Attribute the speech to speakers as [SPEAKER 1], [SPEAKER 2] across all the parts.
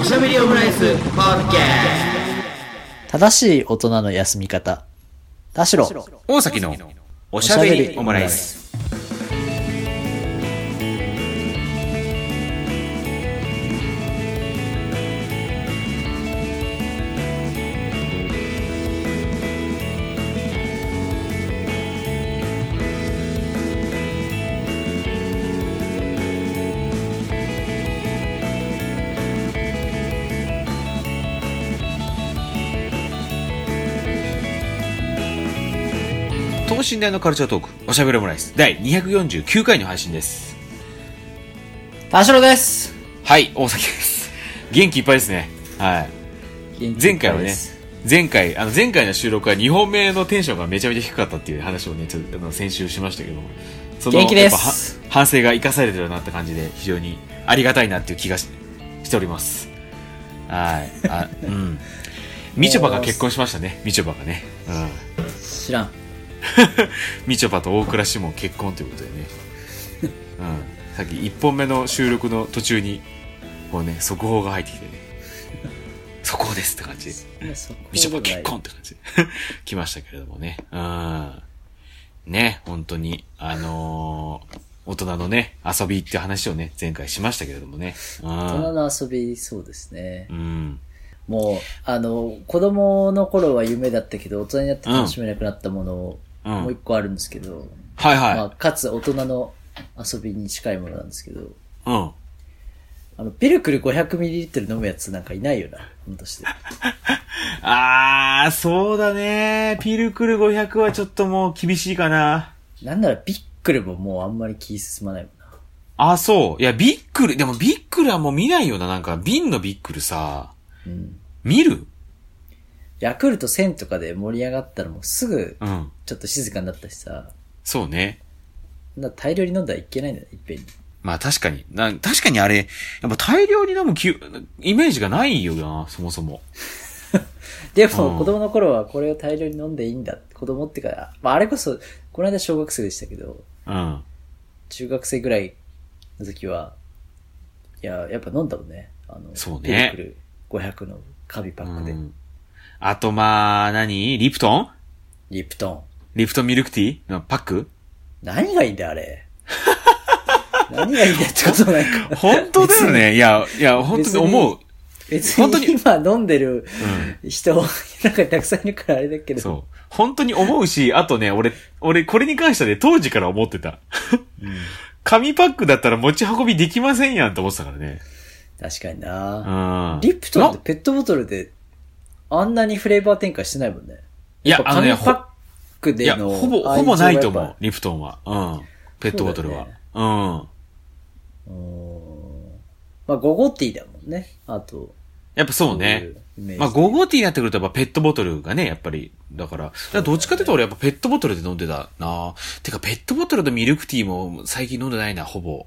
[SPEAKER 1] おしゃべりオムライスポッケ
[SPEAKER 2] 正しい大人の休み方。田代。
[SPEAKER 3] 大崎のおしゃべりオムライス。等身大のカルチャートーク、おしゃべりオムライス、第249回の配信です。
[SPEAKER 2] 田代です。
[SPEAKER 3] はい、大崎です。元気いっぱいですね。はい。前回はね、前回、あの前回の収録は2本目のテンションがめちゃめちゃ低かったっていう話をね、ちょっとあの先週しましたけども、その
[SPEAKER 2] 元気です
[SPEAKER 3] やっぱは反省が生かされてるなって感じで、非常にありがたいなっていう気がししております。はい。あ、 うん。みちょぱが結婚しましたね、みちょぱがね。うん。
[SPEAKER 2] 知らん。
[SPEAKER 3] みちょぱと大倉志門結婚とい うことでね、うん、さっき1本目の収録の途中にこうね速報が入ってきてね 速報ですって感じでみちょぱ結婚って感じで 来ましたけれどもねうんね本当にあのー大人のね遊びって話をね前回しましたけれどもねう
[SPEAKER 2] 大人
[SPEAKER 3] ん、
[SPEAKER 2] の遊び、そうですね。
[SPEAKER 3] うん、
[SPEAKER 2] もう、あの、子供の頃は夢だったけど、大人になって楽しめなくなったものを、
[SPEAKER 3] うん
[SPEAKER 2] もう一個あるんですけど、
[SPEAKER 3] はい
[SPEAKER 2] まあ、
[SPEAKER 3] は
[SPEAKER 2] かつ大人の遊びに近いものなんですけど、
[SPEAKER 3] い、うん
[SPEAKER 2] あの、ピルクル 500ml 飲むやつなんかいないよな、ほんとして。
[SPEAKER 3] あーそうだねピルクル500はちょっともう厳しいかな
[SPEAKER 2] なんならビックルももうあんまり気進まないもんな。
[SPEAKER 3] あ、そう。いや、ビックル、でもビックルはもう見ないよな。なんか、瓶のビックルさ、
[SPEAKER 2] うん。
[SPEAKER 3] 見る
[SPEAKER 2] ヤクルト1000とかで盛り上がったらもうすぐ
[SPEAKER 3] うん。
[SPEAKER 2] ちょっと静かになったしさ、
[SPEAKER 3] そうね。
[SPEAKER 2] な大量に飲んだらいけないんだよ、いっぺんに。
[SPEAKER 3] まあ確かに。なん確かにあれ、やっぱ大量に飲むきイメージがないよな、そもそも。
[SPEAKER 2] で
[SPEAKER 3] う
[SPEAKER 2] も
[SPEAKER 3] ん
[SPEAKER 2] 子供の頃はこれを大量に飲んでいいんだ。子供ってから、まああれこそ、この間小学生でしたけど、
[SPEAKER 3] うん。
[SPEAKER 2] 中学生ぐらいの時は、いや、やっぱ飲んだもんね。あの、
[SPEAKER 3] そうね
[SPEAKER 2] ピルクル500のカビパ
[SPEAKER 3] う
[SPEAKER 2] ックで。
[SPEAKER 3] ん、あと、まあ、何リプトン
[SPEAKER 2] リプトン。
[SPEAKER 3] リプトンミルクティーのパック
[SPEAKER 2] 何がいいんだよ、あれ。 何がいいんだよってことないか。
[SPEAKER 3] 本当だよね。いや、いや、本当に思う。
[SPEAKER 2] 別
[SPEAKER 3] 本当に
[SPEAKER 2] に今飲んでる人、 なんかたくさんいるからあれだけど。
[SPEAKER 3] そう。本当に思うし、あとね、俺、俺、これに関してはね、当時から思ってた。紙パックだったら持ち運びできませんやんと思ってたからね。
[SPEAKER 2] 確かにな、
[SPEAKER 3] うん。
[SPEAKER 2] リプトンってペットボトルであんなにフレーバー展開してないもんね。
[SPEAKER 3] いや、あの
[SPEAKER 2] 紙
[SPEAKER 3] ね、
[SPEAKER 2] パ
[SPEAKER 3] ほ
[SPEAKER 2] ック
[SPEAKER 3] い
[SPEAKER 2] で
[SPEAKER 3] や、
[SPEAKER 2] の
[SPEAKER 3] ほぼ、ほぼないと思う
[SPEAKER 2] 愛、
[SPEAKER 3] リプトンは。うん。ペットボトルは。う
[SPEAKER 2] そう情
[SPEAKER 3] うん。
[SPEAKER 2] がやっぱ。うんまあ、ゴゴティーだもんね。あと。
[SPEAKER 3] やっぱそう
[SPEAKER 2] こ
[SPEAKER 3] ね
[SPEAKER 2] い。イメージ
[SPEAKER 3] まあ、ゴーゴーティーになってくるとやっぱペットボトルがね、やっぱり、だから、だからどっちかっていうと俺やっぱペットボトルで飲んでたなてかペットボトルとミルクティーも最近飲んでないな、ほぼ。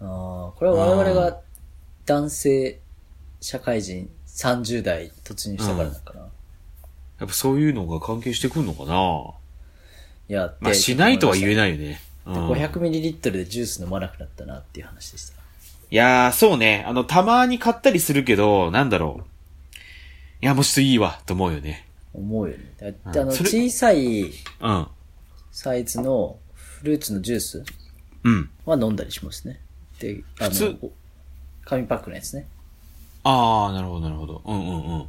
[SPEAKER 2] ああ、これは我々が男性、社会人、30代突入したからだから。い
[SPEAKER 3] やっぱそういうのが関係してくんのかな
[SPEAKER 2] や、って
[SPEAKER 3] まあ、しないとは言え
[SPEAKER 2] い
[SPEAKER 3] ないよね。う
[SPEAKER 2] ま
[SPEAKER 3] ん。
[SPEAKER 2] した。500ml でジュース飲まなくなったなっていう話でした。
[SPEAKER 3] いやー、そうね。あの、たまに買ったりするけど、なんだろう。いや、もうちょっといいわ、と思うよね。
[SPEAKER 2] 思うよね。だってあ
[SPEAKER 3] うん
[SPEAKER 2] の、
[SPEAKER 3] それ
[SPEAKER 2] 小さい
[SPEAKER 3] うん。
[SPEAKER 2] サイズのフルーツのジュース
[SPEAKER 3] うん。
[SPEAKER 2] は飲んだりしますね。で、あ
[SPEAKER 3] 普通
[SPEAKER 2] の、紙パックのやつね。
[SPEAKER 3] ああ、なるほど、なるほど。うんうんうん。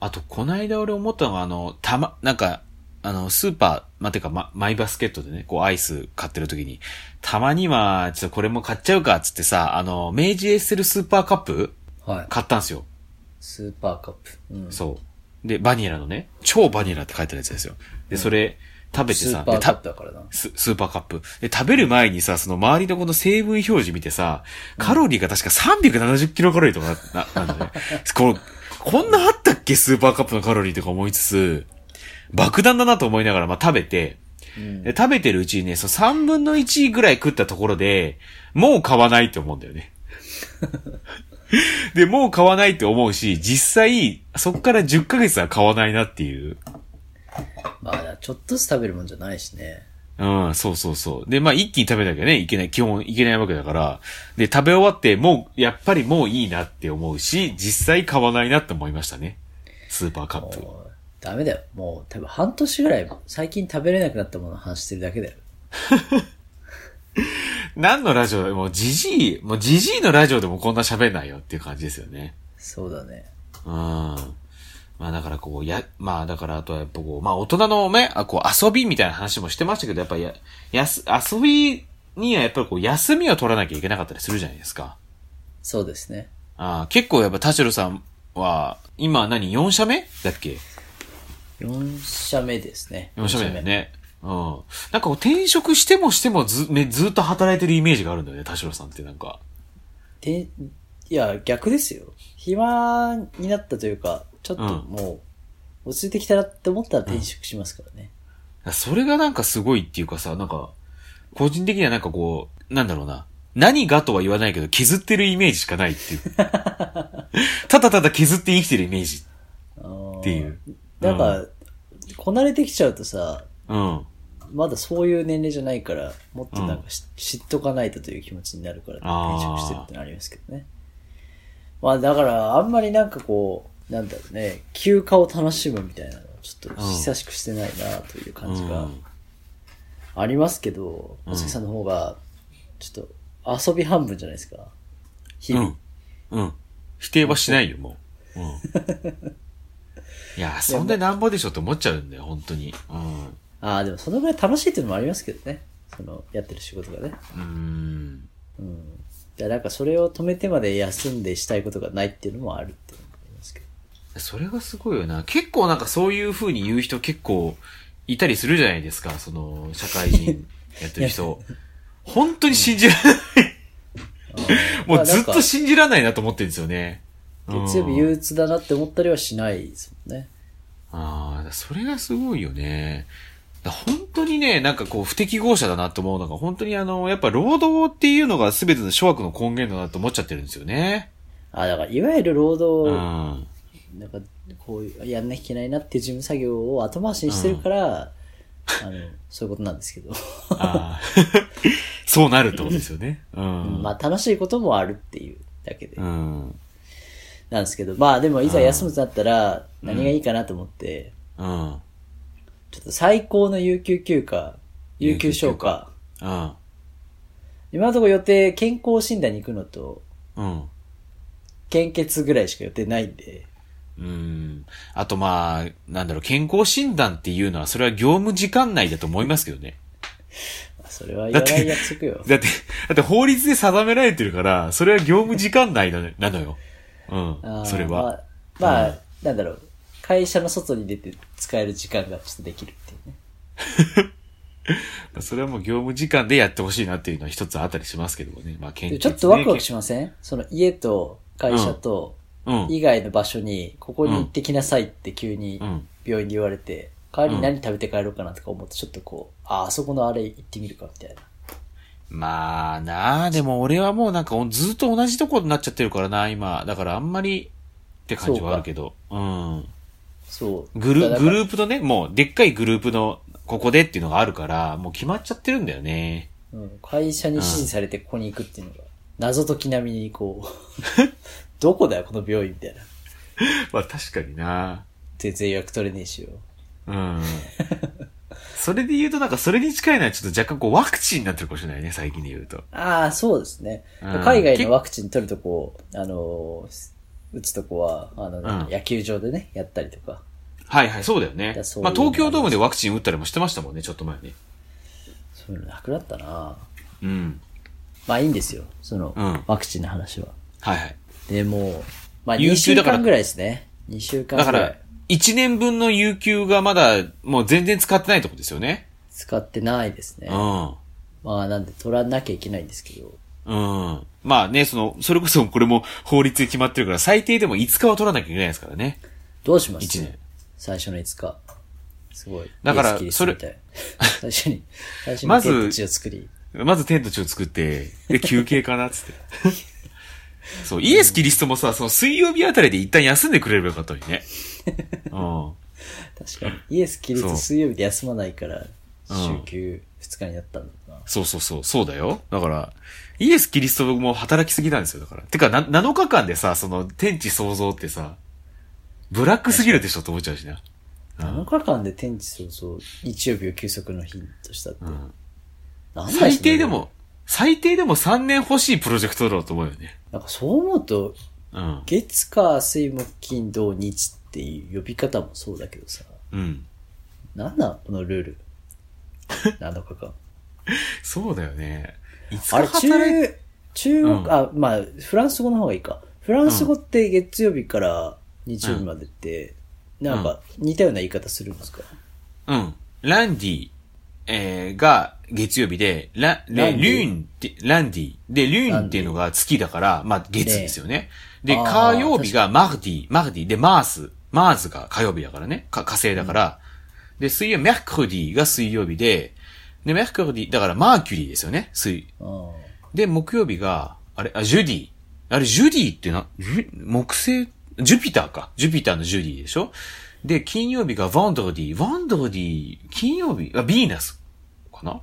[SPEAKER 3] あと、こないだ俺思ったのが、あの、たま、なんか、あの、スーパー、まあ、てか、ま、マイバスケットでね、こう、アイス買ってる時に、たまには、ちょっとこれも買っちゃうか、つってさ、あの、明治エッセルスーパーカップ
[SPEAKER 2] はい。
[SPEAKER 3] 買ったんですよ。
[SPEAKER 2] スーパーカップ。うん。
[SPEAKER 3] そう。で、バニラのね、超バニラって書いてあるやつですよ。で、それ、食べて
[SPEAKER 2] ス
[SPEAKER 3] さ、
[SPEAKER 2] ーパー
[SPEAKER 3] で
[SPEAKER 2] カ
[SPEAKER 3] た
[SPEAKER 2] ップだからな。
[SPEAKER 3] ススーパーカップ。で、食べる前にさ、その周りのこの成分表示見てさ、カロリーが確か370キロカロリーとかな、な、なんだね。 こうこんなあったっけスーパーカップのカロリーとか思いつつ、爆弾だなと思いながら、まあ、食べて、
[SPEAKER 2] うん
[SPEAKER 3] で食べてるうちにね、その3分の1ぐらい食ったところで、もう買わないって思うんだよ ね。で、もう買わないって思うし、実際、そっから10ヶ月は買わないなっていう。
[SPEAKER 2] まあ、ちょっとずつ食べるもんじゃないしね。
[SPEAKER 3] うん、そうそうそう。で、まあ一気に食べなきゃね、いけない、基本いけないわけだから。で、食べ終わって、もう、やっぱりもういいなって思うし、実際買わないなって思いましたね。スーパーカップ。
[SPEAKER 2] もうダメだよ。もう多分半年ぐらい、最近食べれなくなったものを話してるだけだよ。
[SPEAKER 3] 何のラジオだもうジジイ、もうジジイのラジオでもこんな喋んないよっていう感じですよね。
[SPEAKER 2] そうだね。
[SPEAKER 3] うん。まあだからこう、や、まあだからあとはやっぱこう、まあ大人のね、あこう遊びみたいな話もしてましたけど、やっぱや、やす、遊びにはやっぱりこう、休みを取らなきゃいけなかったりするじゃないですか。
[SPEAKER 2] そうですね。
[SPEAKER 3] ああ、結構やっぱ田代さんは、今何 ?4 社目だっけ
[SPEAKER 2] 4社目ですね。
[SPEAKER 3] ?4 社目だよね。うん。なんかこう転職してもしてもず、ね、ずっと働いてるイメージがあるんだよね、田代さんってなんか。
[SPEAKER 2] で、いや、逆ですよ。暇になったというか、ちょっと
[SPEAKER 3] うん
[SPEAKER 2] もう、落ち着いてきたなって思ったら転職しますからね。
[SPEAKER 3] それがなんかすごいっていうかさ、なんか、個人的にはなんかこう、なんだろうな。何がとは言わないけど、削ってるイメージしかない っていう。ただただ削って生きてるイメージ
[SPEAKER 2] っ
[SPEAKER 3] っていう。。
[SPEAKER 2] なんか、
[SPEAKER 3] う
[SPEAKER 2] こなれてきちゃうとさ、
[SPEAKER 3] うん。
[SPEAKER 2] まだそういう年齢じゃないから、もっとなんかし、知っとかないとという気持ちになるから、
[SPEAKER 3] あー
[SPEAKER 2] 転職してるってのはありますけどね。まあだから、あんまりなんかこう、なんだろうね、休暇を楽しむみたいなのをちょっと久しくしてないなという感じ
[SPEAKER 3] う
[SPEAKER 2] が
[SPEAKER 3] ん
[SPEAKER 2] ありますけど、
[SPEAKER 3] うん
[SPEAKER 2] 松木さんの方が、ちょっと遊び半分じゃないですか。日々。
[SPEAKER 3] うん。うん。否定はしないよ、もう。うん。い や、遊んでなんぼでしょって思っちゃうんだよ、本当に。うん。
[SPEAKER 2] ああ、でもそのぐらい楽しいっていうのもありますけどね。その、やってる仕事がね。
[SPEAKER 3] うーん。
[SPEAKER 2] うん。だからなんかそれを止めてまで休んでしたいことがないっていうのもあるって思いますけど。
[SPEAKER 3] それがすごいよな。結構なんかそういう風に言う人結構いたりするじゃないですか。その、社会人やってる 人。本当に信じられない。 もうずっと信じられないなと思ってるんですよね。
[SPEAKER 2] 月曜日憂鬱だなって思ったりはしないですもんね。
[SPEAKER 3] ああ、それがすごいよね。だ本当にね、なんかこう、不適合者だなと思うのが、本当にあの、やっぱ労働っていうのが全ての諸悪の根源だなと思っちゃってるんですよね。
[SPEAKER 2] あ、だから、いわゆる労
[SPEAKER 3] う
[SPEAKER 2] 働、
[SPEAKER 3] ん。
[SPEAKER 2] なんか、こういう、やんなきゃいけないなっていう事務作業を後回しにしてるから、あの、そういうことなんですけど。
[SPEAKER 3] あー そうなるってことですよね。うん。
[SPEAKER 2] まあ、楽しいこともあるっていうだけで
[SPEAKER 3] う。ん。
[SPEAKER 2] なんですけど、まあ、でも、いざ休むとなったら、何がいいかなと思って、
[SPEAKER 3] うん。
[SPEAKER 2] ちょっと最高の有給休暇、有給消
[SPEAKER 3] 有給休
[SPEAKER 2] 化。
[SPEAKER 3] うん。
[SPEAKER 2] 今のところ予定、健康診断に行くのと、
[SPEAKER 3] うん。
[SPEAKER 2] 献血ぐらいしか予定ないんで、
[SPEAKER 3] うん。あとまあ、なんだろう、健康診断っていうのは、それは業務時間内だと思いますけどね。
[SPEAKER 2] まあそれはいらない約束 よ。
[SPEAKER 3] だって、だって法律で定められてるから、それは業務時間内なのなのよ。う
[SPEAKER 2] あー
[SPEAKER 3] ん、それは。。
[SPEAKER 2] まあ、まあ
[SPEAKER 3] うん
[SPEAKER 2] なんだろう。会社の外に出て使える時間がちょっとできるっていうね。
[SPEAKER 3] それはもう業務時間でやってほしいなっていうのは一つあったりしますけどもね。まあ、研
[SPEAKER 2] で
[SPEAKER 3] 究、
[SPEAKER 2] もちょっとワクワクしませんその家と会社と
[SPEAKER 3] うん。
[SPEAKER 2] 以外の場所に、ここに行ってきなさいって急に
[SPEAKER 3] うん
[SPEAKER 2] 病院で言われて、代わりに何食べて帰ろうかなとか思って、ちょっとこう、あ、あそこのあれ行ってみるかみたいな。
[SPEAKER 3] まあなあ、でも俺はもうなんかずっと同じとこになっちゃってるからな、今。だからあんまりって感じはあるけど。うん。
[SPEAKER 2] そう。
[SPEAKER 3] グル
[SPEAKER 2] だから
[SPEAKER 3] グループのね、もうでっかいグループのここでっていうのがあるから、もう決まっちゃってるんだよね。
[SPEAKER 2] うん会社に指示されてここに行くっていうのが、謎解き並みに こう、どこだよ、この病院みたいな。
[SPEAKER 3] まあ確かにな。
[SPEAKER 2] 全然予約取れねえしよ。
[SPEAKER 3] うん。それで言うとなんかそれに近いのはちょっと若干こうワクチンになってるかもしれないね、最近で言うと。
[SPEAKER 2] ああ、そうですね。
[SPEAKER 3] うん
[SPEAKER 2] 海外のワクチン取るとこ、あのー、打つとこは、あの、
[SPEAKER 3] ん
[SPEAKER 2] 野球場でね、やったりとか。
[SPEAKER 3] はいはい、そうだよね
[SPEAKER 2] だ。そういう
[SPEAKER 3] まあ
[SPEAKER 2] の
[SPEAKER 3] 東京ドームでワクチン打ったりもしてましたもんね、ちょっと前ね。
[SPEAKER 2] そういうのなくなったな
[SPEAKER 3] うん。
[SPEAKER 2] まあいいんですよ。その、
[SPEAKER 3] うん
[SPEAKER 2] ワクチンの話は。
[SPEAKER 3] はいはい。
[SPEAKER 2] でもう、まあ
[SPEAKER 3] 有
[SPEAKER 2] 2
[SPEAKER 3] 給
[SPEAKER 2] 週
[SPEAKER 3] だから
[SPEAKER 2] 間ぐらいですね。2週間
[SPEAKER 3] だ
[SPEAKER 2] ぐ
[SPEAKER 3] からら
[SPEAKER 2] い、
[SPEAKER 3] 1年分の有給がまだもう全然使ってないとこですよね。
[SPEAKER 2] 使ってないですね
[SPEAKER 3] う。ん。
[SPEAKER 2] まあなんで取らなきゃいけないんですけど。
[SPEAKER 3] うん。まあね、その、それこそこれも法律で決まってるから、最低でも5日は取らなきゃいけないですからね。
[SPEAKER 2] どうしました
[SPEAKER 3] 一年
[SPEAKER 2] 最初の5日。すごい。
[SPEAKER 3] だから
[SPEAKER 2] イエスキリスみたい 最初に、最初に
[SPEAKER 3] まず
[SPEAKER 2] テント地を作り。
[SPEAKER 3] まずテント地を作って、で、休憩かなっつって。 そう、イエス・キリストもさ、その水曜日あたりで一旦休んでくれればよかったのにね。うん。
[SPEAKER 2] 確かに。イエス・キリス
[SPEAKER 3] そう
[SPEAKER 2] ト水曜日で休まないから、週休2日になったんだろうな。
[SPEAKER 3] そうそうそう、そうだよ。だから、イエス・キリストも働きすぎなんですよ、だから。てか、な、7日間でさ、その、天地創造ってさ、ブラックすぎるでしょって思っちゃうしな。
[SPEAKER 2] 7日間で天地創造、日曜日を休息の日としたって。
[SPEAKER 3] うん。
[SPEAKER 2] なんだよ
[SPEAKER 3] 最低で。も、最低でも3年欲しいプロジェクトだろうと思うよね。
[SPEAKER 2] それなんかそう思うと、
[SPEAKER 3] うん。
[SPEAKER 2] 月火水木金土日っていう呼び方もそうだけどさ。
[SPEAKER 3] うん。
[SPEAKER 2] なんなんこの ルール。7日間。
[SPEAKER 3] そうだよね。いつ
[SPEAKER 2] あ
[SPEAKER 3] か
[SPEAKER 2] れ、
[SPEAKER 3] 働い
[SPEAKER 2] 中、中国、
[SPEAKER 3] うん
[SPEAKER 2] あ、まあ、フランス語の方がいいか。フランス語って月曜日から日曜日までって、なんか似たような言い方するんですか、
[SPEAKER 3] うん。ランディ、えー、が月曜日で、ラ、
[SPEAKER 2] ラ
[SPEAKER 3] で、
[SPEAKER 2] ンディ
[SPEAKER 3] ルーンって、ランディ。で、ルーンっていうのが月だから、まあ月ですよね。で、
[SPEAKER 2] あー
[SPEAKER 3] 火曜日がマーディ、マーディ。で、マース、マーズが火曜日だからね。か火星だから。で、水曜、メックリーが水曜日で、で、メックリー、だからマーキュリーですよね。水。
[SPEAKER 2] うん、
[SPEAKER 3] で、木曜日が、あれ、あ、ジュディ。あれ、ジュディってな、ジュ木星、ジュピターか。ジュピターのジュディでしょで、金曜日がワンドロディ。ワンドロディ、金曜日、あ、ビーナス。かな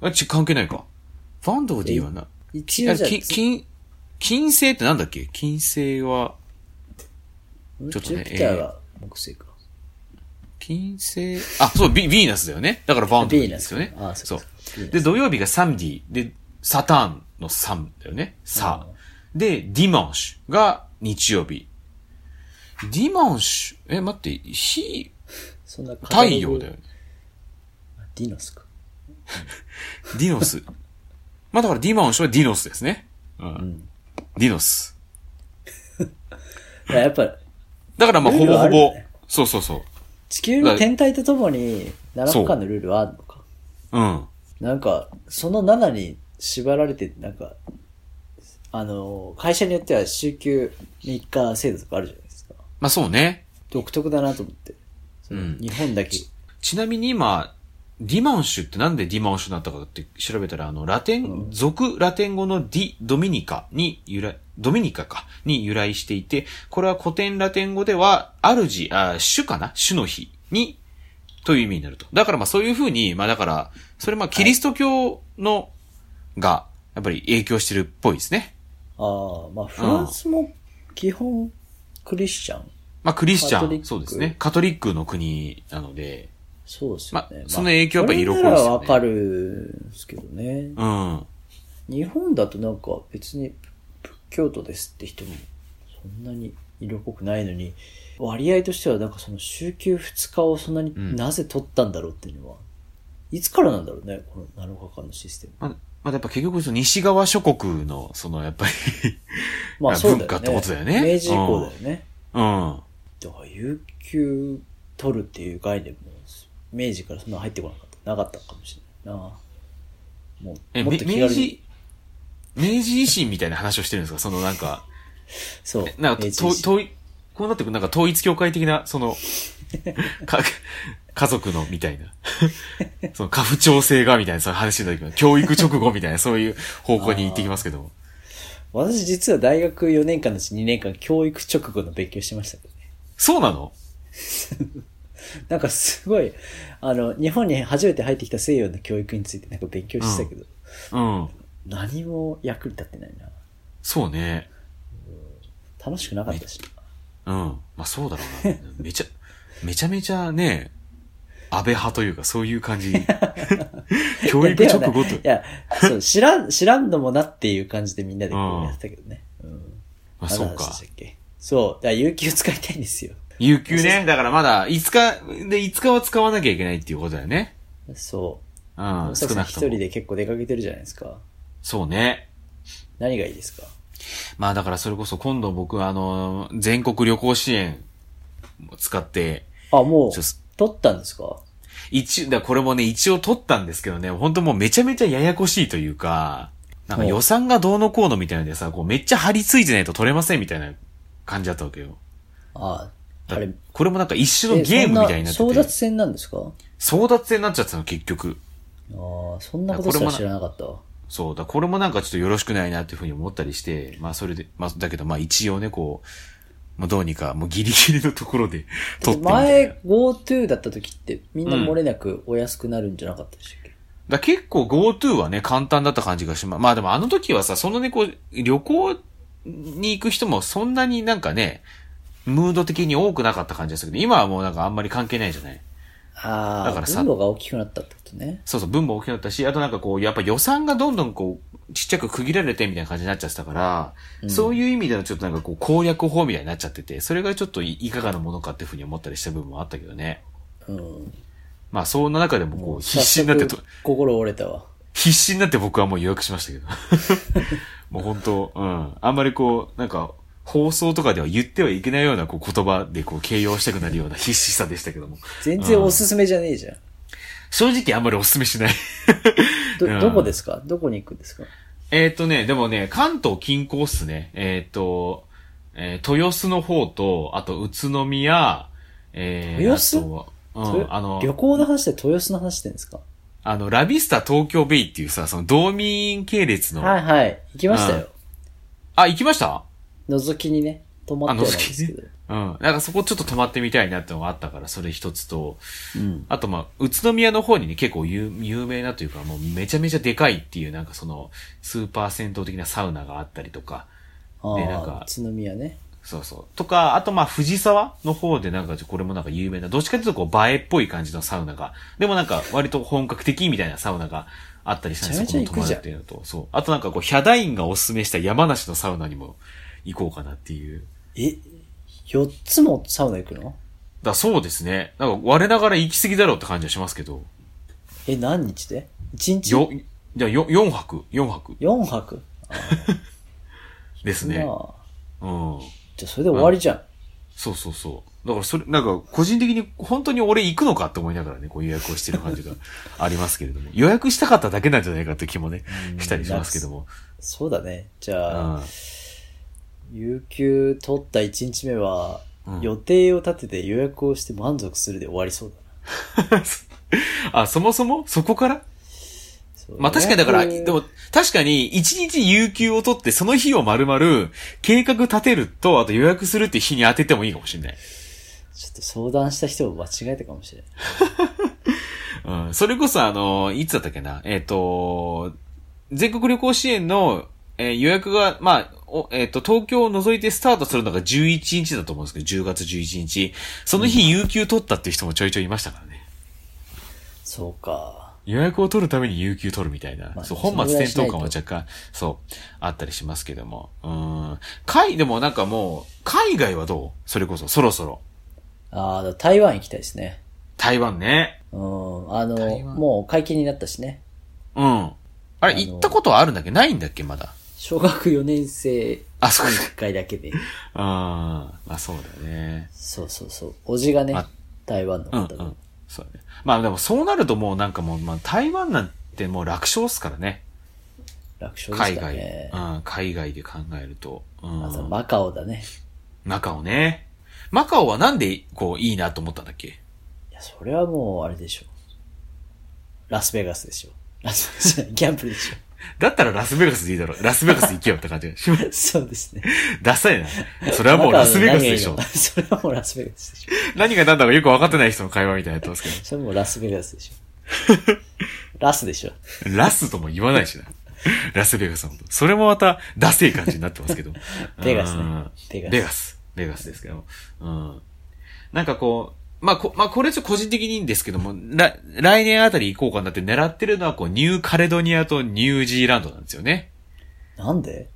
[SPEAKER 3] あ、ち、関係ないか。ワンドロディはな、
[SPEAKER 2] 一応
[SPEAKER 3] あれ
[SPEAKER 2] じゃあ、
[SPEAKER 3] 金、金、金星ってなんだっけ金星は、
[SPEAKER 2] ん
[SPEAKER 3] ちょっと
[SPEAKER 2] ジ
[SPEAKER 3] ね
[SPEAKER 2] ュピターが木星か。
[SPEAKER 3] 金星、あ、そう、ビ、ビーナスだよね。だからワンドロディですよね
[SPEAKER 2] ビ。ーナスあ
[SPEAKER 3] そ
[SPEAKER 2] そううかビーナス
[SPEAKER 3] で、土曜日がサムディ。で、サターンのサムだよね。さあ。で、ディマンシュが日曜日。ディマンシュ、え、待って、火、
[SPEAKER 2] そんな
[SPEAKER 3] 太陽だよね。。
[SPEAKER 2] ディノスか。
[SPEAKER 3] ディノ ス。まあだからディマンシュはディノスですね。うん。ディノス。
[SPEAKER 2] いややっぱ、
[SPEAKER 3] だからまあ
[SPEAKER 2] ルー
[SPEAKER 3] ほ
[SPEAKER 2] ル
[SPEAKER 3] ぼ
[SPEAKER 2] はあ
[SPEAKER 3] ほ
[SPEAKER 2] るよ
[SPEAKER 3] ぼ
[SPEAKER 2] ね、
[SPEAKER 3] そうそうそ
[SPEAKER 2] 地球の天体とともに7日間のルールはあるのか。
[SPEAKER 3] う。うん。
[SPEAKER 2] なんか、その7に縛られて、なんか、あの、会社によっては週休3日制度とかあるじゃないですか。
[SPEAKER 3] まあそうね。
[SPEAKER 2] 独特だなと思って。その
[SPEAKER 3] うん
[SPEAKER 2] 日本だけ。
[SPEAKER 3] ちなみに今、ディマンシュってなんでディマンシュになったかって調べたら、あの、ラテン、俗ラテン語のディ、ドミニカに由来、ドミニカか、に由来していて、これは古典ラテン語では、主、あ、主かな主の日に、という意味になると。だからまあそういうふうに、まあだから、それまあキリスト教の、が、やっぱり影響してるっぽいですね。
[SPEAKER 2] ああ、まあフランスも基本クリスチャン。
[SPEAKER 3] まあクリスチ
[SPEAKER 2] カトリッ
[SPEAKER 3] ャン、
[SPEAKER 2] ク
[SPEAKER 3] そうですね。カトリックの国なので、
[SPEAKER 2] そうですよ
[SPEAKER 3] ま
[SPEAKER 2] ね。
[SPEAKER 3] あその影響やっぱ色濃いで
[SPEAKER 2] そ
[SPEAKER 3] すよね
[SPEAKER 2] れならわかるんですけどね。
[SPEAKER 3] うん。
[SPEAKER 2] 日本だとなんか別に仏教徒ですって人もそんなに色濃くないのに、割合としてはなんかその週休2日をそんなに
[SPEAKER 3] ん
[SPEAKER 2] なぜ取ったんだろうっていうのは、いつからなんだろうね、この7日間のシステム。
[SPEAKER 3] まあ、まあ、やっぱ結局その西側諸国の、そのやっぱり、
[SPEAKER 2] まあそうだよね。
[SPEAKER 3] 文化ってことだよね
[SPEAKER 2] 明治以降だよね。
[SPEAKER 3] うん。
[SPEAKER 2] だから有給取るっていう概念も、明治からそんな入ってこなかった、なかったかもしれないな。も
[SPEAKER 3] え、
[SPEAKER 2] う、も
[SPEAKER 3] め
[SPEAKER 2] っと気
[SPEAKER 3] 明
[SPEAKER 2] 軽に
[SPEAKER 3] 治。、明治維新みたいな話をしてるんですかそのなんか、
[SPEAKER 2] そう。
[SPEAKER 3] なんか、
[SPEAKER 2] 明治
[SPEAKER 3] と、
[SPEAKER 2] 維新
[SPEAKER 3] とい、こうなってくるなんか統一教会的な、その、か、家族のみたいな。 その、家父長制がみたいな、そういう話の時の、教育直後みたいな、そういう方向に行ってきますけども。
[SPEAKER 2] 私実は大学4年間のうち2年間教育直後の勉強してましたけどね。
[SPEAKER 3] そうなの
[SPEAKER 2] なんかすごい、あの、日本に初めて入ってきた西洋の教育についてなんか勉強してたけど、
[SPEAKER 3] うん。
[SPEAKER 2] 何も役に立ってないな。
[SPEAKER 3] そうね。
[SPEAKER 2] 楽しくなかったしな。
[SPEAKER 3] うん。まあそうだろうな。めちゃ、めちゃめちゃね、安倍派というか、そういう 感じ。教育直後と
[SPEAKER 2] い。や、そう、知らん、知らんのもなっていう感じでみんなでこ
[SPEAKER 3] うん
[SPEAKER 2] うやってたけどね。うん。
[SPEAKER 3] まあそう
[SPEAKER 2] 何の
[SPEAKER 3] か
[SPEAKER 2] 話。でしたっけそう。だから有給使いたいんですよ。
[SPEAKER 3] 有給ね。だからまだ5日、で5日は使わなきゃいけないっていうことだよね。
[SPEAKER 2] そうう。
[SPEAKER 3] ん、
[SPEAKER 2] 大
[SPEAKER 3] 少
[SPEAKER 2] 崎さん
[SPEAKER 3] なく
[SPEAKER 2] 一
[SPEAKER 3] と
[SPEAKER 2] 人
[SPEAKER 3] も。
[SPEAKER 2] で結構出かけてるじゃないですか。
[SPEAKER 3] そうね。
[SPEAKER 2] 何がいいですか
[SPEAKER 3] まあだからそれこそ今度僕はあの、全国旅行支援を使って、
[SPEAKER 2] あ、もう
[SPEAKER 3] ちょす、
[SPEAKER 2] 取ったんですか
[SPEAKER 3] 一、だからこれもね、一応取ったんですけどね、本当もうめちゃめちゃややこしいというか、なんか予算がどうのこうのみたいなのでさ、こうめっちゃ張り付いてないと取れませんみたいな感じだったわけよ。
[SPEAKER 2] ああ、あ
[SPEAKER 3] だから
[SPEAKER 2] れ、
[SPEAKER 3] これもなんか一種のゲームみたいになってて
[SPEAKER 2] えそん争奪戦なんですかあ
[SPEAKER 3] 争奪戦になっちゃってたの結局。
[SPEAKER 2] あ、そんなことすら知らなかったわ。
[SPEAKER 3] そうだ、これもなんかちょっとよろしくないなっていうふうに思ったりして、まあそれで、まあだけどまあ一応ね、こう、まあどうにかもうギリギリのところで 撮ってみたいな。
[SPEAKER 2] 前、GoTo だった時ってみんな漏れなくお安くなるんじゃなかったでしたっけ、
[SPEAKER 3] だから結構 GoTo はね、簡単だった感じがします。まあでもあの時はさ、そんなにこう、旅行に行く人もそんなになんかね、ムード的に多くなかった感じがするけど、今はもうなんかあんまり関係ないじゃない
[SPEAKER 2] ああ、
[SPEAKER 3] だからさ
[SPEAKER 2] 分母が大きくなったってことね。
[SPEAKER 3] そうそう、分も大きくなったし、あとなんかこう、やっぱ予算がどんどんこう、ちっちゃく区切られてみたいな感じになっちゃってたから、そういう意味でのちょっとなんかこう、攻略法みたいになっちゃってて、それがちょっといいかがなものかっていうふうに思ったりした部分もあったけどね。
[SPEAKER 2] うん。
[SPEAKER 3] まあ、そんな中でもこう、必死になってと
[SPEAKER 2] 早速、心折れたわ。
[SPEAKER 3] 必死になって僕はもう予約しました けど。もう本当、うん。あんまりこう、なんか、放送とかでは言ってはいけないようなこう言葉でこう形容したくなるような必死さでしたけども。
[SPEAKER 2] 全然おすすめじゃねえじゃん。
[SPEAKER 3] 正直あんまりお勧めしない。うん
[SPEAKER 2] ど、どこですかどこに行くんですか
[SPEAKER 3] えーっとね、でもね、関東近郊っすね。えーっと、えー豊洲の方と、あと宇都宮、えー、
[SPEAKER 2] 豊洲
[SPEAKER 3] あとはうん、
[SPEAKER 2] 豊
[SPEAKER 3] あの、
[SPEAKER 2] 旅行の話で豊洲の話してんですか
[SPEAKER 3] あの、ラビスタ東京ベイっていうさ、その道民系列の、
[SPEAKER 2] はいはい。行きましたよ。
[SPEAKER 3] あ、行きました
[SPEAKER 2] 覗きにね、泊まってはないんですけど。
[SPEAKER 3] うん。なんかそこちょっと泊まってみたいなってのがあったから、それ一つと、
[SPEAKER 2] うん。
[SPEAKER 3] あとまあ、宇都宮の方にね、結構有有名なというか、もうめちゃめちゃでかいっていう、なんかその、スーパー銭湯的なサウナがあったりとか、
[SPEAKER 2] あ
[SPEAKER 3] でなんか
[SPEAKER 2] あ、宇都宮ね。
[SPEAKER 3] そうそう。とか、あとまあ、藤沢の方でなんか、これもなんか有名な、どっちかというとこう、映えっぽい感じのサウナが、でもなんか、割と本格的みたいなサウナがあったりしたんで、そ
[SPEAKER 2] め
[SPEAKER 3] こ
[SPEAKER 2] ちゃ
[SPEAKER 3] も
[SPEAKER 2] めちゃ行
[SPEAKER 3] 泊
[SPEAKER 2] く
[SPEAKER 3] まる
[SPEAKER 2] じゃん
[SPEAKER 3] っていうのと、そう。あとなんかこう、ヒャダインがおすすめした山梨のサウナにも行こうかなっていう。
[SPEAKER 2] え、4つもサウナ行くの
[SPEAKER 3] だそうですね。なんか、我ながら行き過ぎだろうって感じはしますけど、
[SPEAKER 2] え、何日で ?1 日
[SPEAKER 3] よ、じゃあよ4泊、4泊
[SPEAKER 2] ?4 泊
[SPEAKER 3] です
[SPEAKER 2] な
[SPEAKER 3] ね。
[SPEAKER 2] あ
[SPEAKER 3] うん。
[SPEAKER 2] じゃあそれで終わりじゃん。
[SPEAKER 3] そうそうそう。だからそれ、なんか、個人的に本当に俺行くのかって思いながらね、こう予約をしてる感じがありますけれども。予約したかっただけなんじゃないかって気もね、したりしますけども。
[SPEAKER 2] そうだね。じ
[SPEAKER 3] う
[SPEAKER 2] ゃあ、
[SPEAKER 3] ん。
[SPEAKER 2] 有給取った1日目は
[SPEAKER 3] う、ん
[SPEAKER 2] 予定を立てて予約をして満足するで終わりそうだな。
[SPEAKER 3] あ、そもそもそこから
[SPEAKER 2] そう
[SPEAKER 3] まあ確かにだから、
[SPEAKER 2] 予約
[SPEAKER 3] でも確かに一日有給を取ってその日を丸々計画立てると、あと予約するっていう日に当ててもいいかもしれない。
[SPEAKER 2] ちょっと相談した人を間違えたかもしれない。
[SPEAKER 3] うん。それこそあの、いつだったっけなえっ、と、全国旅行支援の、えー予約が、まあ、おえっ、と、東京を除いてスタートするのが11日だと思うんですけど、10月11日。その日、有給取ったっていう人もちょいちょいいましたからね。
[SPEAKER 2] そうか。
[SPEAKER 3] 予約を取るために有給取るみたいな。
[SPEAKER 2] まあ
[SPEAKER 3] そう、本末転倒感は若干、そう、あったりしますけども。うん。海、でもなんかもう、海外はどうそれこそ、そろそろ。
[SPEAKER 2] ああ、だから台湾行きたいですね。
[SPEAKER 3] 台湾ね。
[SPEAKER 2] うん。あの、
[SPEAKER 3] 台湾
[SPEAKER 2] もう解禁になったしね。
[SPEAKER 3] うん。あ
[SPEAKER 2] あ
[SPEAKER 3] れ、
[SPEAKER 2] の
[SPEAKER 3] 行ったことはあるんだっけないんだっけまだ。
[SPEAKER 2] 小学4年生
[SPEAKER 3] あ、そうか。
[SPEAKER 2] 1回だけで。
[SPEAKER 3] ああ、まあそうだね。
[SPEAKER 2] そうそうそう。おじがね
[SPEAKER 3] あ、
[SPEAKER 2] 台湾の
[SPEAKER 3] うんう
[SPEAKER 2] 方で。
[SPEAKER 3] ん。そうだね。まあでもそうなるともうなんかもう、まあ台湾なんてもう楽勝っすからね。
[SPEAKER 2] 楽勝で
[SPEAKER 3] 海
[SPEAKER 2] した
[SPEAKER 3] 外。
[SPEAKER 2] ね。
[SPEAKER 3] うん、海外で考えると。う
[SPEAKER 2] あと、
[SPEAKER 3] ん。
[SPEAKER 2] マカオだね。
[SPEAKER 3] マカオね。マカオはなんでこういいなと思ったんだっけ
[SPEAKER 2] いや、それはもう、あれでしょ。ラスベガスでしょ。ラスベガスじゃない、ギャンブルでしょ。
[SPEAKER 3] だったらラスベガスでいいだろ。ラスベガス行けよって感じが します。
[SPEAKER 2] そうですね。
[SPEAKER 3] ダサいな。それはもうラスベガスでしょ
[SPEAKER 2] マカオの。何がそれはもうラスベガスでしょ。
[SPEAKER 3] 何が何だかよく分かってない人の会話みたいになってますけ
[SPEAKER 2] それはもうラスベガスでしょ。ラスでしょ。
[SPEAKER 3] ど。ラスとも言わないしな。ラスベガスのこと。それもまた、ダセい感じになってますけど。
[SPEAKER 2] ベガス
[SPEAKER 3] う
[SPEAKER 2] ね
[SPEAKER 3] ん。
[SPEAKER 2] ベガス。
[SPEAKER 3] ベガス。ベガスですけど。うん。なんかこう、まあ、こ、まあ、これちょっと個人的にいいんですけども、来、来年あたり行こうかなって狙ってるのは、こう、ニューカレドニアとニュージーランドなんですよね。
[SPEAKER 2] なんで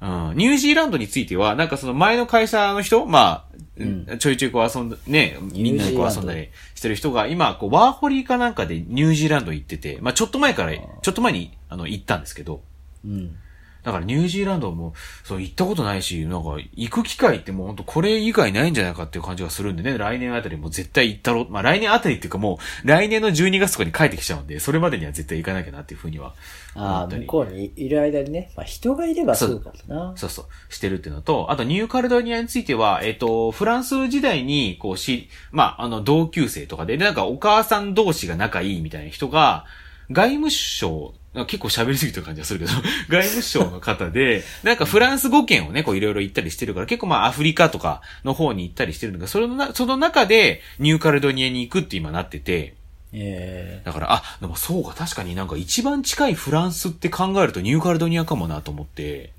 [SPEAKER 3] うん。ニュージーランドについては、なんかその前の会社の人、まあ、
[SPEAKER 2] うん
[SPEAKER 3] ちょいちょいこう遊んだ、ね、みんなで
[SPEAKER 2] ニュージ
[SPEAKER 3] こ
[SPEAKER 2] ーラン
[SPEAKER 3] う
[SPEAKER 2] ド
[SPEAKER 3] 遊んだりしてる人が、今、こう、ワーホリーかなんかでニュージーランド行ってて、まあ、ちょっと前から、ちょっと前に、あの、行ったんですけど、
[SPEAKER 2] うん。
[SPEAKER 3] だからニュージーランドも、そう、行ったことないし、なんか、行く機会ってもうほんとこれ以外ないんじゃないかっていう感じがするんでね、来年あたりも絶対行ったろ、まあ来年あたりっていうかもう、来年の12月とかに帰ってきちゃうんで、それまでには絶対行かなきゃなっていうふうには、
[SPEAKER 2] ああ、
[SPEAKER 3] 本当に
[SPEAKER 2] 向こうにいる間にね、まあ人がいればそうかもな。
[SPEAKER 3] そうそう、してるっていうのと、あとニューカレドニアについては、えっ、と、フランス時代に、こうし、まあ、あの、同級生とかで、でなんかお母さん同士が仲いいみたいな人が、外務省、なんか結構喋りすぎてる感じがするけど、 外務省の方で、なんかフランス語圏をね、こういろいろ行ったりしてるから、結構まあアフリカとかの方に行ったりしてるんだけど、それのな、その中でニューカレドニアに行くって今なってて、
[SPEAKER 2] え
[SPEAKER 3] だから、あ、でもそうか、確かになんか一番近いフランスって考えるとニューカレドニアかもなと思って、
[SPEAKER 2] え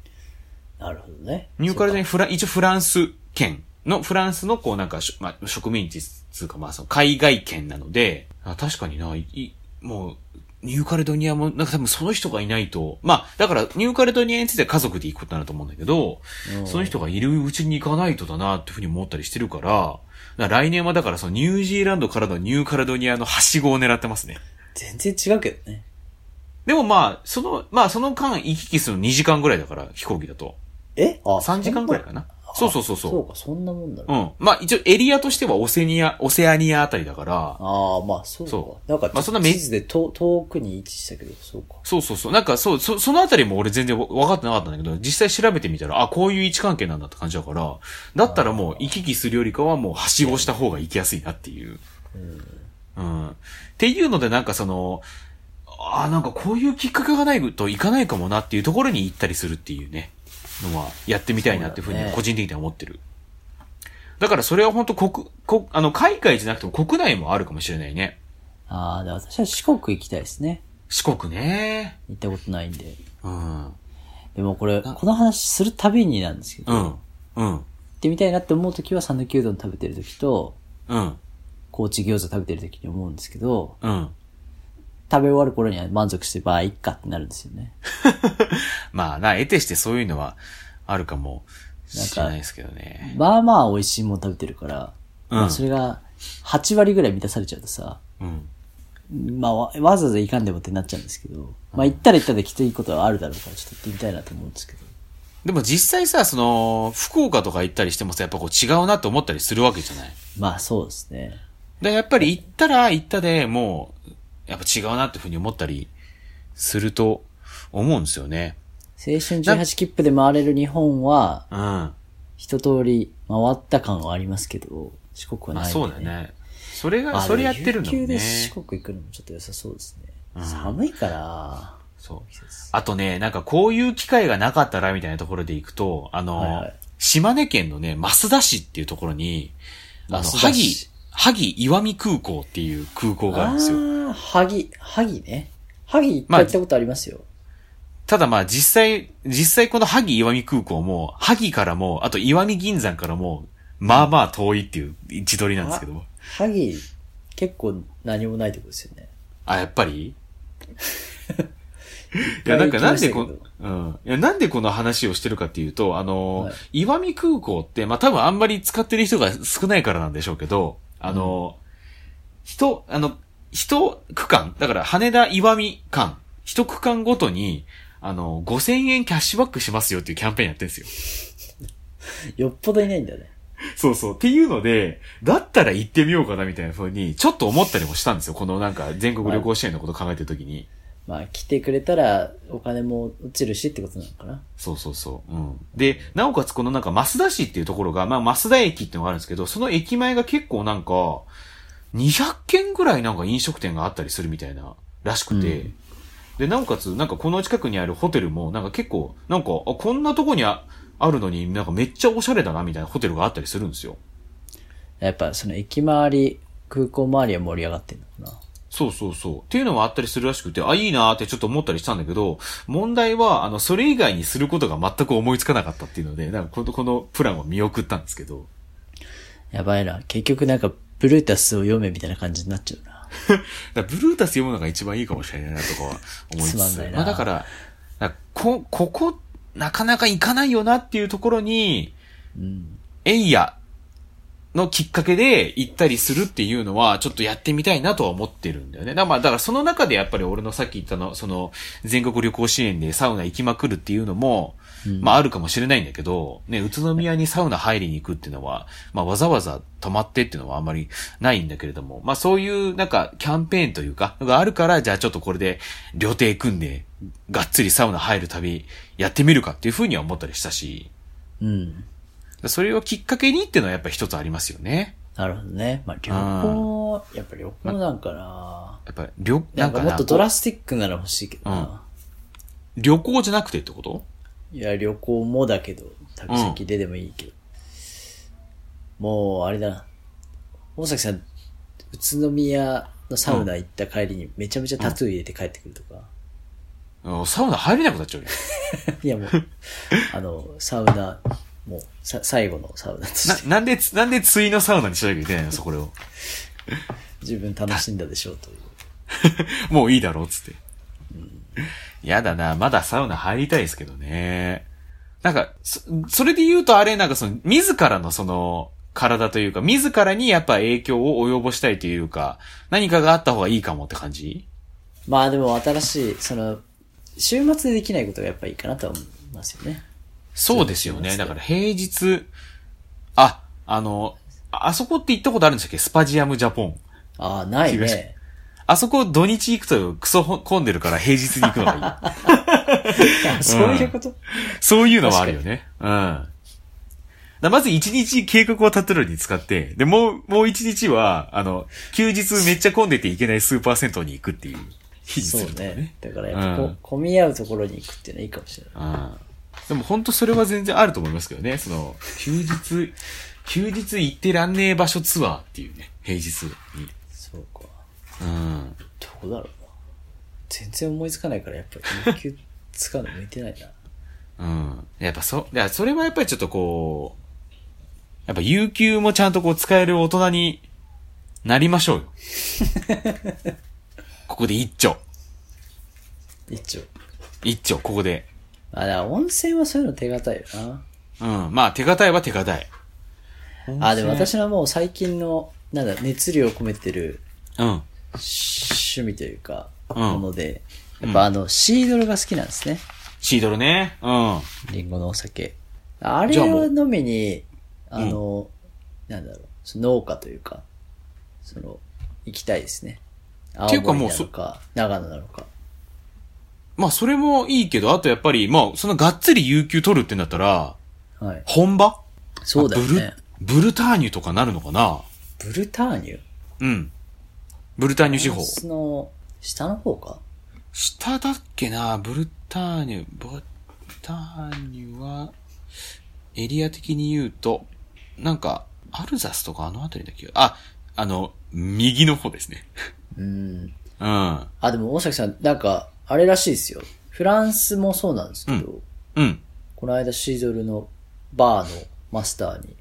[SPEAKER 2] なるほどね。
[SPEAKER 3] ニューカレドニ
[SPEAKER 2] ア。
[SPEAKER 3] アフラ、一応フランス圏の、フランスのこうなんかし、まあ、植民地っつうかまあその海外圏なので、あ確かにな、いいもう、ニューカレドニアも、なんか多分その人がいないと、まあ、だからニューカレドニアについては家族で行くことになると思うんだけど、
[SPEAKER 2] うん
[SPEAKER 3] その人がいるうちに行かないとだなっていうふうに思ったりしてるから、だから来年はだからそのニュージーランドからのニューカレドニアのはしごを狙ってますね。
[SPEAKER 2] 全然違うけどね。
[SPEAKER 3] でもまあ、その、まあその間行き来するの2時間ぐらいだから、飛行機だと。
[SPEAKER 2] えあ、
[SPEAKER 3] 3時間ぐらいかな。そうそうそう
[SPEAKER 2] そう
[SPEAKER 3] そ
[SPEAKER 2] か、そんなもんだろ
[SPEAKER 3] う。うん。まあ一応エリアとしてはオセニア、オセアニアあたりだから、
[SPEAKER 2] ああ、まあそうか。
[SPEAKER 3] そ
[SPEAKER 2] なんか、
[SPEAKER 3] まあそんなめ
[SPEAKER 2] 地図でと遠くに位置したけど、そうか。
[SPEAKER 3] そうそうそう。なんかそう、そ、そのあたりも俺全然わ分かってなかったんだけど、実際調べてみたら、あ、こういう位置関係なんだって感じだから、だったらもう行き来するよりかはもうはしごした方が行きやすいなっていう。うん。っていうのでなんかその、あ、なんかこういうきっかけがないと行かないかもなっていうところに行ったりするっていうね、のはやってみたいなっていうふ
[SPEAKER 2] そ
[SPEAKER 3] う
[SPEAKER 2] うだ
[SPEAKER 3] に
[SPEAKER 2] ね
[SPEAKER 3] 個人的には思ってる。だからそれは本当国、国、あの、海外じゃなくても国内もあるかもしれないね。
[SPEAKER 2] ああ、で私は四国行きたいですね。
[SPEAKER 3] 四国ね。
[SPEAKER 2] 行ったことないんで。
[SPEAKER 3] うん。
[SPEAKER 2] でもこれ、この話するたびになんですけど、
[SPEAKER 3] う
[SPEAKER 2] 行
[SPEAKER 3] ん。うん。
[SPEAKER 2] ってみたいなって思うときは、讃岐うどん食べてるときと、
[SPEAKER 3] うん。
[SPEAKER 2] 高知餃子食べてるときに思うんですけど、
[SPEAKER 3] うん。
[SPEAKER 2] 食べ終わる頃には満足して、ばあ、いっかってなるんですよね。
[SPEAKER 3] まあな、得てしてそういうのはあるかもしれないですけどね。
[SPEAKER 2] まあまあ美味しいもん食べてるから、
[SPEAKER 3] うん
[SPEAKER 2] まあそれが8割ぐらい満たされちゃうとさ、
[SPEAKER 3] うん。
[SPEAKER 2] まあわわざわざ行かんでもってなっちゃうんですけど、まあ行ったら行ったできっといいことはあるだろうから、ちょっと行ってみたいなと思うんですけど。
[SPEAKER 3] でも実際さ、その、福岡とか行ったりしてもさ、やっぱこう違うなと思ったりするわけじゃない。
[SPEAKER 2] まあそうですね。
[SPEAKER 3] で、やっぱり行ったら行ったでもう、やっぱ違うなっていうふうに思ったりすると思うんですよね。
[SPEAKER 2] 青春18切符で回れる日本は、
[SPEAKER 3] うん。ま
[SPEAKER 2] 一通り回った感はありますけど、四国は
[SPEAKER 3] あ
[SPEAKER 2] ないんで、ね。
[SPEAKER 3] そうだね。それ
[SPEAKER 2] あ。
[SPEAKER 3] が、それやってるん
[SPEAKER 2] でも
[SPEAKER 3] だも
[SPEAKER 2] 有給
[SPEAKER 3] ん
[SPEAKER 2] で
[SPEAKER 3] ね。
[SPEAKER 2] 四国行くのもちょっと良さそうですね。寒いから、
[SPEAKER 3] そう。
[SPEAKER 2] 季節
[SPEAKER 3] あとね、なんかこういう機会がなかったらみたいなところで行くと、あの、
[SPEAKER 2] はいはい
[SPEAKER 3] 島根県のね、益田市っていうところに、あの、
[SPEAKER 2] 益田
[SPEAKER 3] 萩
[SPEAKER 2] 市、
[SPEAKER 3] 萩石見空港っていう空港があるんですよ。
[SPEAKER 2] ああ、萩、萩ね。萩一回行ったことありますよ。
[SPEAKER 3] ただまあ実際、実際この萩石見空港も、萩からも、あと石見銀山からも、まあまあ遠いっていう位置取りなんですけど。
[SPEAKER 2] 萩、結構何もないとこですよね。
[SPEAKER 3] あ、やっ ぱりい
[SPEAKER 2] 回
[SPEAKER 3] や、なんかなんで
[SPEAKER 2] 行
[SPEAKER 3] こ
[SPEAKER 2] きました、
[SPEAKER 3] うん。いや、なんでこの話をしてるかっていうと、あの、
[SPEAKER 2] はい
[SPEAKER 3] 岩見空港って、まあ、多分あんまり使ってる人が少ないからなんでしょうけど、あの、人、あの、一区間、だから羽田岩見間、一区間ごとに、あの、5000円キャッシュバックしますよっていうキャンペーンやってるんですよ。
[SPEAKER 2] よっぽどいないんだね。
[SPEAKER 3] そうそう。っていうので、だったら行ってみようかなみたいな風に、ちょっと思ったりもしたんですよ。このなんか全国旅行支援のこと考えてるときに。
[SPEAKER 2] まあ来てくれたらお金も落ちるしってことなのかな。
[SPEAKER 3] そうそうそう。うん。で、なおかつこのなんか、増田市っていうところが、まあ、増田駅っていうのがあるんですけど、その駅前が結構なんか、200軒ぐらいなんか飲食店があったりするみたいな、らしくて、
[SPEAKER 2] うん
[SPEAKER 3] で、なおかつ、なんかこの近くにあるホテルも、なんか結構、なんか、あ、こんなとこにああるのに、なんかめっちゃおしゃれだな、みたいなホテルがあったりするんですよ。
[SPEAKER 2] やっぱその駅周り、空港周りは盛り上がってんのか
[SPEAKER 3] そうそうそう。っていうのはあったりするらしくて、あ、いいなーってちょっと思ったりしたんだけど、問題は、あの、それ以外にすることが全く思いつかなかったっていうので、なんかこの、このプランを見送ったんですけど。
[SPEAKER 2] な。やばいな。結局なんかブルータスを読めみたいな感じになっちゃうな。
[SPEAKER 3] だからブルータス読むのが一番いいかもしれないなとかは思いつ
[SPEAKER 2] つまん
[SPEAKER 3] つ
[SPEAKER 2] ない。な
[SPEAKER 3] まあだから、だからこ、ここ、なかなか行かないよなっていうところに、
[SPEAKER 2] うん。
[SPEAKER 3] エイヤのきっかけで行ったりするっていうのは、ちょっとやってみたいなとは思ってるんだよね。だからまあ、だからその中でやっぱり俺のさっき言ったの、その、全国旅行支援でサウナ行きまくるっていうのも、
[SPEAKER 2] うん
[SPEAKER 3] まああるかもしれないんだけど、ね、宇都宮にサウナ入りに行くっていうのは、まあわざわざ泊まってっていうのはあんまりないんだけれども、まあそういうなんかキャンペーンというか、があるから、じゃあちょっとこれで旅程組んで、がっつりサウナ入る旅やってみるかっていうふうには思ったりしたし、
[SPEAKER 2] うん。
[SPEAKER 3] それをきっかけにっていうのはやっぱ一つありますよね。
[SPEAKER 2] なるほどね。まあ旅行、やっぱ旅行なんかな。
[SPEAKER 3] やっぱり旅、
[SPEAKER 2] な
[SPEAKER 3] なんん
[SPEAKER 2] か
[SPEAKER 3] か
[SPEAKER 2] も
[SPEAKER 3] な
[SPEAKER 2] っとドラスティックなら欲しいけどな。
[SPEAKER 3] 旅行じゃなくてってこと
[SPEAKER 2] いや、旅行もだけど、旅先ででもいいけど。もう、あれだな。大崎さん、宇都宮のサウナ行った帰りにめちゃめちゃタトゥー入れて帰ってくるとか。
[SPEAKER 3] うんサウナ入れなくなっ ちゃうよ。
[SPEAKER 2] いやもう、あの、サウナ、もう、さ、最後のサウナとして、
[SPEAKER 3] な、なんで、なんでついのサウナにしなきゃいけないのそこ れを。
[SPEAKER 2] 自分楽しんだでしょうという。
[SPEAKER 3] もういいだろうっつって。やだな、まだサウナ入りたいですけどね。なんか、そ、それで言うとあれ、なんかその、自らのその、体というか、自らにやっぱ影響を及ぼしたいというか、何かがあった方がいいかもって感じ
[SPEAKER 2] まあでも新しい、その、週末でできないことがやっぱいいかなとは思いますよね。
[SPEAKER 3] そうですよね。だから平日、あ、あの、ああそこって行ったことあるんでしたっけスパジアムジャポン。
[SPEAKER 2] ああ、ない
[SPEAKER 3] 東
[SPEAKER 2] ね。
[SPEAKER 3] あそこ土日行くとクソ混んでるから平日に行くのがいい。
[SPEAKER 2] あ そういうこと、
[SPEAKER 3] そういうのはあるよね。うん。だからまず一日計画を立てるのに使って、で、もう、もう一日は、あの、休日めっちゃ混んでて行けないスーパー銭湯に行くっていう日に
[SPEAKER 2] そ
[SPEAKER 3] す
[SPEAKER 2] う
[SPEAKER 3] るとかね
[SPEAKER 2] ね。。だからやっぱこ、
[SPEAKER 3] うん
[SPEAKER 2] 混み合うところに行くっていうのはいいかもしれない。
[SPEAKER 3] うんでも本当それは全然あると思いますけどね。その、休日、休日行ってらんねえ場所ツアーっていうね、平日に。
[SPEAKER 2] そうか。
[SPEAKER 3] うん。
[SPEAKER 2] どこだろうな。全然思いつかないから、やっぱり、有給使うの向いてないな。
[SPEAKER 3] うん。やっぱそ、いや、それはやっぱりちょっとこう、やっぱ有給もちゃんとこう使える大人になりましょう よ。ここで一丁。
[SPEAKER 2] 一応。
[SPEAKER 3] 一丁、ここで。
[SPEAKER 2] あ、だから温泉はそういうの手堅いよな。
[SPEAKER 3] うん。まあ、手堅いは手堅い。
[SPEAKER 2] あ、でも私はもう最近の、なんだ、熱量を込めてる
[SPEAKER 3] うん。
[SPEAKER 2] 趣味というか、
[SPEAKER 3] うん
[SPEAKER 2] もので、やっぱあの、シードルが好きなんですね。
[SPEAKER 3] シードルね。うん。
[SPEAKER 2] リンゴのお酒。あれ
[SPEAKER 3] じゃあも
[SPEAKER 2] を
[SPEAKER 3] う
[SPEAKER 2] 飲みに、あの、なんだろう、その農家というか、その、行きたいですね。
[SPEAKER 3] てい
[SPEAKER 2] 青
[SPEAKER 3] うか
[SPEAKER 2] 森
[SPEAKER 3] もう
[SPEAKER 2] なのか、長野なのか。
[SPEAKER 3] まあ、それもいいけど、あとやっぱり、まあ、そのがっつり有給取るってなったら、
[SPEAKER 2] はい。
[SPEAKER 3] 本場
[SPEAKER 2] そうだよね。
[SPEAKER 3] ブル、ブルターニュとかなるのかな
[SPEAKER 2] ブルターニュ
[SPEAKER 3] うん。ブルターニュ地
[SPEAKER 2] フラ
[SPEAKER 3] 方
[SPEAKER 2] ン。スの下の方か
[SPEAKER 3] 下だっけなブルターニュ、ブルターニュは、エリア的に言うと、なんか、アルザスとかあの辺りだっけあ、あの、右の方ですね。
[SPEAKER 2] うん。
[SPEAKER 3] うん。
[SPEAKER 2] あ、でも大崎さん、なんか、あれらしいですよ。フランスもそうなんですけど、
[SPEAKER 3] うん。
[SPEAKER 2] この間シードルのバーのマスターに、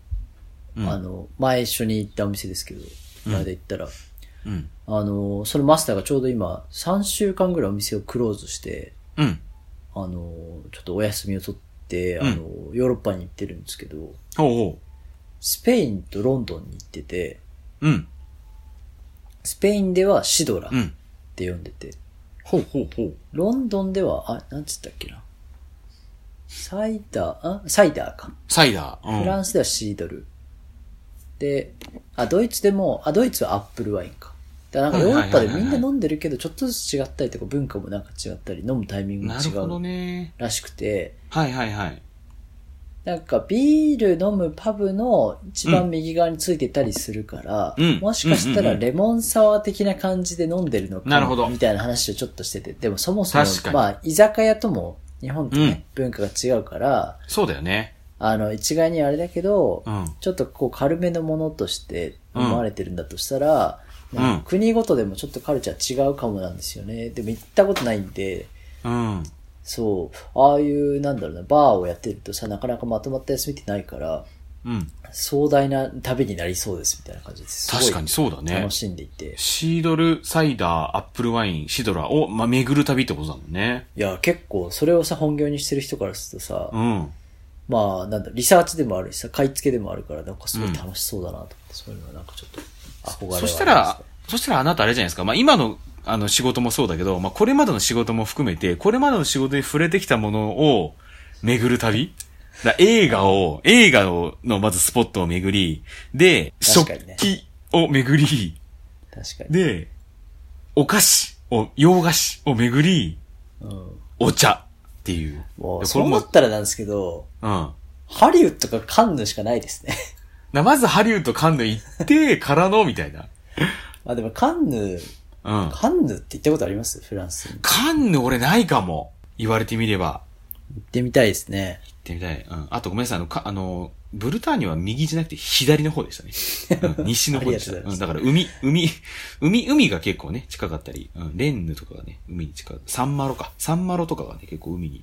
[SPEAKER 3] うん
[SPEAKER 2] あの、前一緒に行ったお店ですけど、この間行ったら、
[SPEAKER 3] うん。
[SPEAKER 2] あの、そのマスターがちょうど今、3週間ぐらいお店をクローズして、
[SPEAKER 3] うん。
[SPEAKER 2] あの、ちょっとお休みを取って、あの、ヨーロッパに行ってるんですけど、
[SPEAKER 3] ほうほ
[SPEAKER 2] スペインとロンドンに行ってて、
[SPEAKER 3] う。うん。
[SPEAKER 2] スペインではシドラっ
[SPEAKER 3] うん。
[SPEAKER 2] て呼んでて、
[SPEAKER 3] ほうほうほう。
[SPEAKER 2] ロンドンでは、あ、なんつったっけな。サイダー、あサイダーか。
[SPEAKER 3] サイダ
[SPEAKER 2] フ
[SPEAKER 3] ー。
[SPEAKER 2] ラ
[SPEAKER 3] うん。
[SPEAKER 2] ンスではシードル。で、あ、ドイツでも、あ、ドイツはアップルワインか。だからなんかヨーロッパで
[SPEAKER 3] はいはいはいはい
[SPEAKER 2] みんな飲んでるけど、ちょっとずつ違ったりとか、文化もなんか違ったり、飲むタイミングも
[SPEAKER 3] な
[SPEAKER 2] 違
[SPEAKER 3] るほど
[SPEAKER 2] う
[SPEAKER 3] ね。
[SPEAKER 2] らしくて、
[SPEAKER 3] はいはいはい。
[SPEAKER 2] なんかビール飲むパブの一番右側についてたりするから、
[SPEAKER 3] うん
[SPEAKER 2] もしかした
[SPEAKER 3] うん
[SPEAKER 2] ら
[SPEAKER 3] うんうん
[SPEAKER 2] レモンサワー的な感じで飲んでるのか
[SPEAKER 3] なるほど
[SPEAKER 2] みたいな話をちょっとしてて、でもそもそも
[SPEAKER 3] 確か、に
[SPEAKER 2] まあ、居酒屋とも日本とね、文化が違うから、
[SPEAKER 3] そうだよね。
[SPEAKER 2] あの、一概にはあれだけど、
[SPEAKER 3] うん。
[SPEAKER 2] ちょっとこう軽めのものとして思われてるんだとしたら、
[SPEAKER 3] うん
[SPEAKER 2] なんか
[SPEAKER 3] うん
[SPEAKER 2] 国ごとでもちょっとカルチャー違うかもなんですよね。でも行ったことないんで、
[SPEAKER 3] うん。
[SPEAKER 2] そう、ああいう、なんだろうな、バーをやってるとさ、なかなかまとまった休みってないから、
[SPEAKER 3] うん。
[SPEAKER 2] 壮大な旅になりそうですみたいな感じです。すごい
[SPEAKER 3] 確かにそうだね
[SPEAKER 2] 楽。しんでいて。
[SPEAKER 3] シードル、サイダー、アップルワイン、シドラを、まあ、巡る旅ってことだもんね。
[SPEAKER 2] いや、結構、それをさ、本業にしてる人からするとさ、
[SPEAKER 3] うん。
[SPEAKER 2] まあ、なんだ、リサーチでもあるしさ、買い付けでもあるから、なんかすごい楽しそうだなと思って、そういうのはなんかちょっと、憧れはあります
[SPEAKER 3] そしたら、そしたらあなたあれじゃないですか。まあ、今の、あの、仕事もそうだけど、まあ、これまでの仕事も含めて、これまでの仕事に触れてきたものを巡る旅だ映画を、映画をのまずスポットを巡り、で、
[SPEAKER 2] 確
[SPEAKER 3] 食
[SPEAKER 2] かにね
[SPEAKER 3] 器を巡り、
[SPEAKER 2] 確かに。
[SPEAKER 3] で、お菓子を、洋菓子を巡り、
[SPEAKER 2] うん。
[SPEAKER 3] お茶っていう。
[SPEAKER 2] も
[SPEAKER 3] で
[SPEAKER 2] う、そう思ったらなんですけど、
[SPEAKER 3] うん。
[SPEAKER 2] ハリウッドかカンヌしかないですね。
[SPEAKER 3] なまずハリウッドカンヌ行ってからの、みたいな。
[SPEAKER 2] あ、でもカンヌ、
[SPEAKER 3] うん。
[SPEAKER 2] カンヌって行ったことありますフランスに。
[SPEAKER 3] カンヌ俺ないかも。言われてみれば。
[SPEAKER 2] 行ってみたいですね。
[SPEAKER 3] 行ってみたい。うん。あとごめんなさい、あの、かあの、ブルターニュは右じゃなくて左の方でした ね。うん、西の方でし
[SPEAKER 2] あ
[SPEAKER 3] た。
[SPEAKER 2] りがと
[SPEAKER 3] う
[SPEAKER 2] うご
[SPEAKER 3] ん、
[SPEAKER 2] ざ
[SPEAKER 3] だから海、海、海、海が結構ね、近かったり、うん、レンヌとかがね、海に近い。サンマロか。サンマロとかがね、結構海に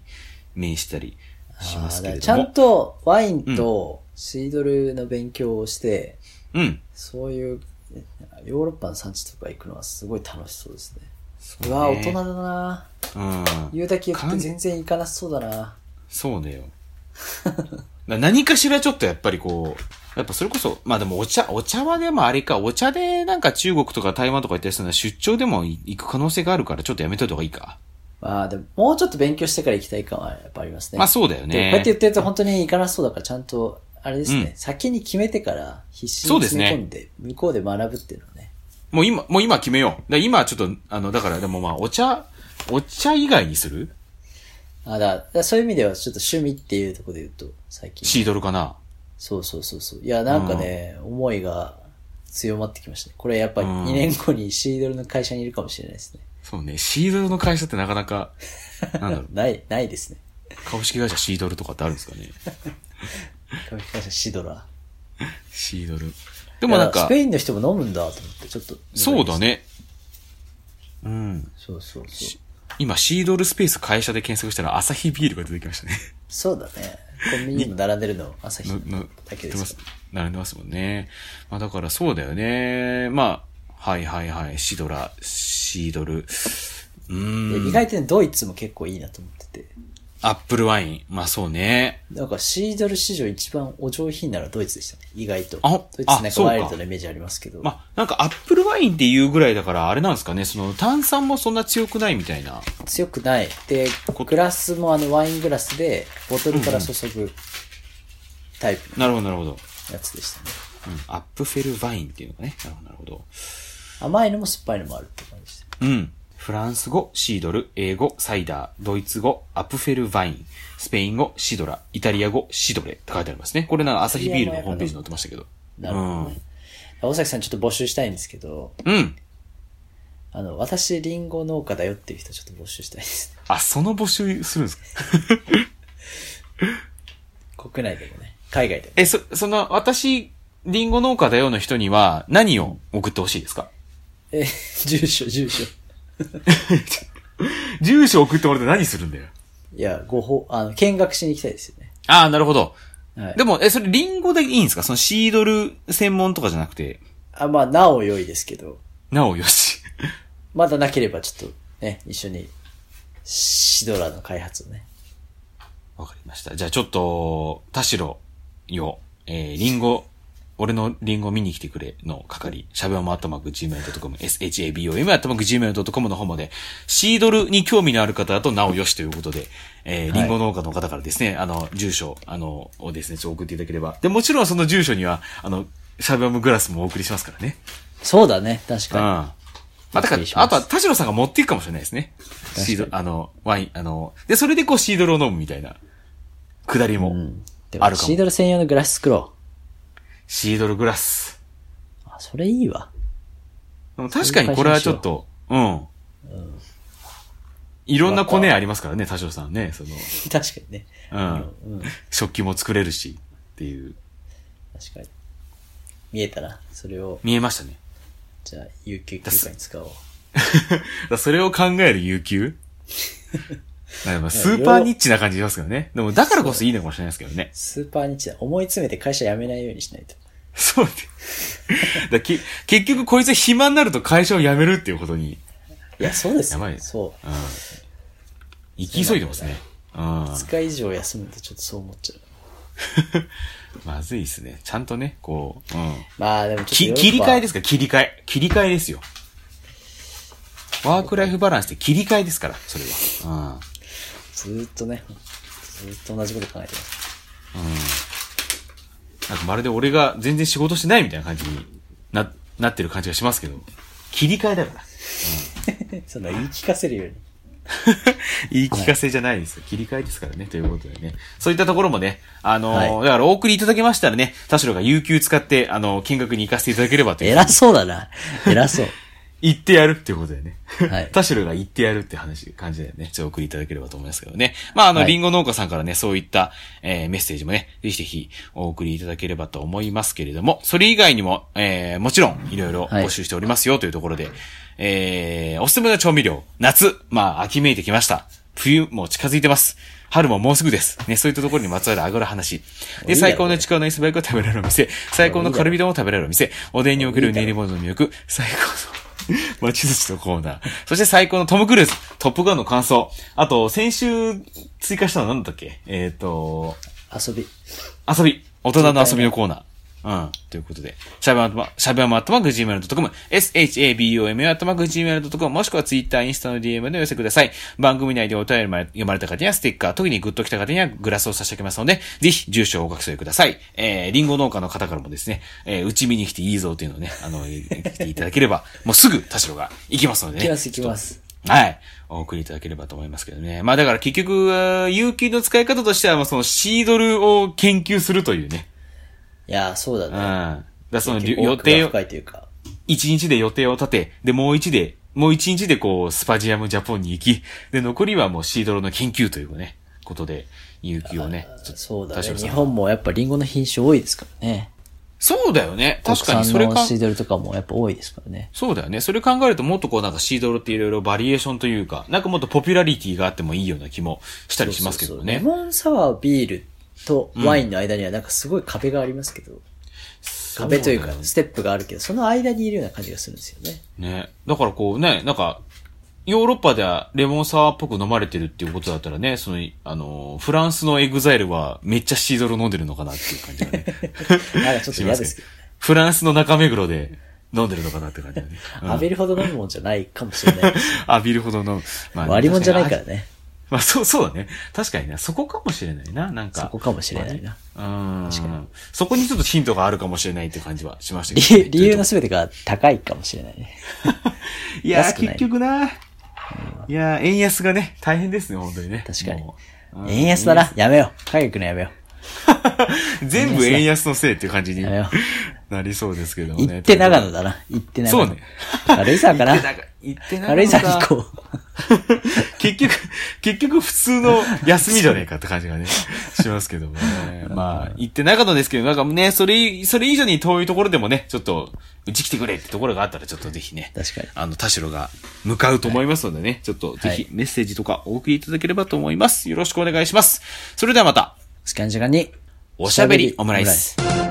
[SPEAKER 3] 面したりし
[SPEAKER 2] あ
[SPEAKER 3] ま
[SPEAKER 2] ー
[SPEAKER 3] す
[SPEAKER 2] だ
[SPEAKER 3] け
[SPEAKER 2] から
[SPEAKER 3] れども。
[SPEAKER 2] ちゃん。とワインとシードルの勉強をして、
[SPEAKER 3] うん。
[SPEAKER 2] そういうヨーロッパの産地とか行くのはすごい楽しそうですね。
[SPEAKER 3] そうね
[SPEAKER 2] わ、大人だな
[SPEAKER 3] うん。
[SPEAKER 2] 言うだけ言って全然行かなそうだな
[SPEAKER 3] そうだよ。な何かしらちょっとやっぱりこう、やっぱそれこそ、まあでもお茶、お茶はでもあれか、お茶でなんか中国とか台湾とか行ったりするのは出張でも行く可能性があるからちょっとやめといた方がいいか。
[SPEAKER 2] まあでも、もうちょっと勉強してから行きたい感はやっぱありますね。
[SPEAKER 3] まあそうだ
[SPEAKER 2] で
[SPEAKER 3] よ
[SPEAKER 2] もこうやって言
[SPEAKER 3] ね。
[SPEAKER 2] ってると本当に行かなそうだからちゃんと、あれですね、
[SPEAKER 3] うん
[SPEAKER 2] 先に決めてから必死
[SPEAKER 3] そう
[SPEAKER 2] に
[SPEAKER 3] です
[SPEAKER 2] 詰
[SPEAKER 3] ね
[SPEAKER 2] め込んで、向こうで学ぶっていうのはね。
[SPEAKER 3] もう今、もう今決めよう。だ今ちょっと、あの、だからでもまあお茶、お茶以外にする
[SPEAKER 2] あだだからそういう意味ではちょっと趣味っていうところで言うと、最近。
[SPEAKER 3] シードルかな。
[SPEAKER 2] そうそうそうそう。いや、なんかね、思いが強まってきましたね。これやっぱ2年後にシードルの会社にいるかもしれないですね。、
[SPEAKER 3] そうね、シードルの会社ってなかなか、なんだろう
[SPEAKER 2] ない、ないですね。
[SPEAKER 3] 株式会社シードルとかってあるんです かね。
[SPEAKER 2] 株式会社シドラ。
[SPEAKER 3] シードル。
[SPEAKER 2] で
[SPEAKER 3] でもなんか
[SPEAKER 2] ス、ペインの人も飲むんだと思って、ちょっと。
[SPEAKER 3] そうだ。ね。うん。
[SPEAKER 2] そうそうそう。
[SPEAKER 3] 今、シードルスペース会社で検索したら、アサヒビールが出てきまし たね。
[SPEAKER 2] そうだね。コンビニにも並んでるの、朝日
[SPEAKER 3] のの
[SPEAKER 2] だけ
[SPEAKER 3] 出
[SPEAKER 2] で
[SPEAKER 3] てますす
[SPEAKER 2] か
[SPEAKER 3] 並んでますもんね。まあ、だからそうだよね。まあ、はいはいはい。シドラ、シードル。う
[SPEAKER 2] ら。
[SPEAKER 3] ー
[SPEAKER 2] で
[SPEAKER 3] ん。
[SPEAKER 2] 意外とね、ドイツも結構いいなと思ってて。
[SPEAKER 3] アップルワイン。まあそうね。
[SPEAKER 2] なんかシードル史上一番お上品なのはドイツでしたね。意外と。
[SPEAKER 3] あ
[SPEAKER 2] ドイツなん
[SPEAKER 3] あ
[SPEAKER 2] か
[SPEAKER 3] そうか
[SPEAKER 2] ワイルドなイメージありますけど。
[SPEAKER 3] まあ、なんかアップルワインっていうぐらいだから、あれなんですかね。その炭酸もそんな強くないみたいな。
[SPEAKER 2] 強くない。で、グラスもあのワイングラスで、ボトルから注ぐタイプ
[SPEAKER 3] なるほどなるほど。
[SPEAKER 2] のやつでしたね。
[SPEAKER 3] うん。アップフェルワインっていうのかね。なるほどなるほど。
[SPEAKER 2] 甘いのも酸っぱいのもあるって感じでした。
[SPEAKER 3] うん。フランス語、シードル、英語、サイダー、ドイツ語、アプフェルワイン、スペイン語、シドラ、イタリア語、シドレって書いてありますね。これなんかアサヒビールのホームページに載ってましたけど。
[SPEAKER 2] なるほど、ね。大崎さんちょっと募集したいんですけど、
[SPEAKER 3] うん。うん。
[SPEAKER 2] あの、私リンゴ農家だよっていう人ちょっと募集したいです ね。
[SPEAKER 3] あ、その募集するんですか
[SPEAKER 2] 国内でもね、海外でも。
[SPEAKER 3] え、そ、その、私、リンゴ農家だよの人には何を送ってほしいですか
[SPEAKER 2] え、住所、住所。
[SPEAKER 3] 住所送ってもらって何するんだよ。
[SPEAKER 2] いや、ごほ、あの、見学しに行きたいですよね。
[SPEAKER 3] ああ、なるほど。
[SPEAKER 2] はい
[SPEAKER 3] でも、え、それリンゴでいいんですかそのシードル専門とかじゃなくて、
[SPEAKER 2] あ、まあ、なお良いですけど、
[SPEAKER 3] なおよし。
[SPEAKER 2] まだなければちょっとね、一緒に、シドラの開発をね。
[SPEAKER 3] わかりました。じゃあちょっと、田代よ、えー、リンゴ、俺のリンゴ見に来てくれの係、しゃべおまあったまく gmail.com、shabom あったまく gmail.com の方まで、シードルに興味のある方となおよしということで、えー、リンゴ農家の方からですね、あの、住所、あの、をですね、ちょっと送っていただければ。で、もちろんその住所には、あの、しゃべおむグラスもお送りしますからね。
[SPEAKER 2] そうだね、確
[SPEAKER 3] うん。
[SPEAKER 2] か
[SPEAKER 3] まあ、だか
[SPEAKER 2] お送
[SPEAKER 3] ら
[SPEAKER 2] りし、ます
[SPEAKER 3] あとは田代さんが持っていくかもしれないですね。
[SPEAKER 2] に
[SPEAKER 3] シード、あの、ワイン、あの、で、それでこうシードルを飲むみたいな、くだりも。
[SPEAKER 2] に。うん。で
[SPEAKER 3] あ
[SPEAKER 2] も、
[SPEAKER 3] るかも
[SPEAKER 2] シードル専用のグラス作ろ
[SPEAKER 3] シードルグラス。
[SPEAKER 2] う。あ、それいいわ。
[SPEAKER 3] でも確かにこれはちょっと、うん。いろんなコネありますからね、田代さんね。その、
[SPEAKER 2] 確かにね。
[SPEAKER 3] うん。食器も作れるし、っていう。
[SPEAKER 2] 確かに。見えたら、それを、
[SPEAKER 3] 見えましたね。
[SPEAKER 2] じゃあ、有給休暇に使おう。
[SPEAKER 3] だからそれを考える有 給まあでもスーパーニッチな感じしますけどね。でもだからこそいいのかもしれないですけどね。
[SPEAKER 2] スーパー日だ。思い詰めて会社辞めないようにしないと。
[SPEAKER 3] そうね。だけ結局こいつは暇になると会社を辞めるっていうことに、
[SPEAKER 2] いや、そうですよ
[SPEAKER 3] やばいです
[SPEAKER 2] そう。
[SPEAKER 3] 行き急いでますね。うん。
[SPEAKER 2] 2日以上休むとちょっとそう思っちゃう。
[SPEAKER 3] まずいですね。ちゃんとね、こう、うん。
[SPEAKER 2] まあでもち
[SPEAKER 3] き
[SPEAKER 2] ょっと。
[SPEAKER 3] 切り替えですすか切り替え。切り替えですよ。ワークライフバランスって切り替えですから、それは。うん。
[SPEAKER 2] ずーっとね、ずーっと同じこと考えてます。
[SPEAKER 3] なんかまるで俺が全然仕事してないみたいな感じにな、なってる感じがしますけど、切り替えだから。
[SPEAKER 2] そんな言い聞かせるよう に。
[SPEAKER 3] 言い聞かせじゃないですよ。切り替えですからね、ということでね。そういったところもね、あのー
[SPEAKER 2] は
[SPEAKER 3] だからお送りいただけましたら ね、田代が有給使って、あのー見学に行かせていただければという
[SPEAKER 2] 偉そうだな。偉そう。
[SPEAKER 3] 言ってやるっていうことだよね。
[SPEAKER 2] はい。
[SPEAKER 3] 田代が言ってやるって話、感じだよね。ちょっと送りいただければと思いますけどね。まあ、あの、
[SPEAKER 2] はい
[SPEAKER 3] リンゴ農家さんからね、そういった、えーメッセージもね、ぜひぜひお送りいただければと思いますけれども、それ以外にも、えーもちろん、いろいろ
[SPEAKER 2] はい
[SPEAKER 3] 募集しておりますよというところで、えーおすすめの調味料、夏、まあ、秋めいてきました。冬も近づいてます。春ももうすぐです。ね、そういったところにまつわるあぐら話。
[SPEAKER 2] いい
[SPEAKER 3] で、
[SPEAKER 2] だろ
[SPEAKER 3] 最高のちくわのイスバイクを食べられるお店、最高のカルビ丼を食べられるお店、おでんにおける練り物の魅力、最高の街寿司のコーナー、そして最高のトム・クルーズ、トップガンの感想、あと、先週追加したのは何だったっけえっ、と、
[SPEAKER 2] 遊び。
[SPEAKER 3] 遊び、大人の遊びのコーナー。うん。ということで、しゃべあま、しゃべあま、あとまぐ gmail.com、shabu, あとまぐ gmail.com、もしくは Twitter、インスタの DM でお寄せください。番組内でお便りま読まれた方にはステッカー、特にグッと来た方にはグラスを差し上げますので、ぜひ、住所をお書き添えください。えー、リンゴ農家の方からもですね、えー、うち見に来ていいぞというのをね、あの、えー来ていただければ、もうすぐ田代が行きますのでね。
[SPEAKER 2] 行きます行きます。
[SPEAKER 3] はい。お送りいただければと思いますけどね。まあだから結局、あー有給の使い方としては、まあそのシードルを研究するというね。
[SPEAKER 2] いやー、そうだ
[SPEAKER 3] うん。だ
[SPEAKER 2] ね。
[SPEAKER 3] からそのり
[SPEAKER 2] 結構
[SPEAKER 3] ゅ予定を
[SPEAKER 2] 奥が、深いというか。
[SPEAKER 3] 一日で予定を立て、で、もう一で、もう一日でこう、スパジアムジャポンに行き、で、残りはもうシードルの研究というね、ことで、有給をね。ちょっと
[SPEAKER 2] そうだ
[SPEAKER 3] 田
[SPEAKER 2] ね。
[SPEAKER 3] 代さ
[SPEAKER 2] 日
[SPEAKER 3] ん
[SPEAKER 2] 本もやっぱリンゴの品種多いですからね。
[SPEAKER 3] そうだよね。確かにそれ
[SPEAKER 2] 国産
[SPEAKER 3] か
[SPEAKER 2] の。シードルとかもやっぱ多いですからね。
[SPEAKER 3] そうだよね。それ考えるともっとこうなんかシードルっていろいろバリエーションというか、なんかもっとポピュラリティがあってもいいような気もしたりしますけどね。
[SPEAKER 2] そうそうそうレモンサワー、ビールとワインの間にはなんかすごい壁がありますけど、壁というか
[SPEAKER 3] そうだよね
[SPEAKER 2] ステップがあるけど、その間にいるような感じがするんですよ ね。
[SPEAKER 3] ね。だからこうね、なんか、ヨーロッパではレモンサワーっぽく飲まれてるっていうことだったらね、その、あの、フランスのエグザイルはめっちゃシードル飲んでるのかなっていう感じがね。
[SPEAKER 2] なん かちょっと嫌ですけど。
[SPEAKER 3] フランスの中目黒で飲んでるのかなって感じだね。うん
[SPEAKER 2] 浴びるほど飲むもんじゃないかもしれない。
[SPEAKER 3] 浴びるほどの、 ま
[SPEAKER 2] 割りもんじゃないから
[SPEAKER 3] ね。
[SPEAKER 2] ね。
[SPEAKER 3] まあそう、そうだね。確かにな、そこかもしれないな、なんか。
[SPEAKER 2] そこかもしれないな。
[SPEAKER 3] うん。そこにちょっとヒントがあるかもしれないって感じはしましたけどね、
[SPEAKER 2] 理理由の全てが高いかもしれないね。
[SPEAKER 3] いや
[SPEAKER 2] 安
[SPEAKER 3] ー、
[SPEAKER 2] くない
[SPEAKER 3] 結局な。いやー、円安がね、大変ですね、本当にね。
[SPEAKER 2] 確かに
[SPEAKER 3] もう
[SPEAKER 2] 円安だな。やめよう。海外行くのやめよ
[SPEAKER 3] うん全部円安のせいっていう感じに
[SPEAKER 2] やめよ
[SPEAKER 3] なりそうですけども
[SPEAKER 2] う。
[SPEAKER 3] ね。
[SPEAKER 2] 行って長野だ
[SPEAKER 3] だ。
[SPEAKER 2] な。行って長野。
[SPEAKER 3] そうね
[SPEAKER 2] 軽井沢かな。
[SPEAKER 3] 行って長
[SPEAKER 2] 軽井沢に行
[SPEAKER 3] う。
[SPEAKER 2] こう。
[SPEAKER 3] 結局、結局普通の休みじゃねえかって感じ がね、しますけどもね。まあ、行って長野ですけど、なんかね、それ、それ以上に遠いところでもね、ちょっと、うち来てくれってところがあったら、ちょっとぜひね。
[SPEAKER 2] 確かに
[SPEAKER 3] あの、田代が向かうと思いますのでね、ちょっとぜひメッセージとかお送りいただければと思います。よろしくお願いします。それではまた、
[SPEAKER 2] 好きな時間に、
[SPEAKER 3] おしゃべりオムライス。
[SPEAKER 2] おしゃべりオムライス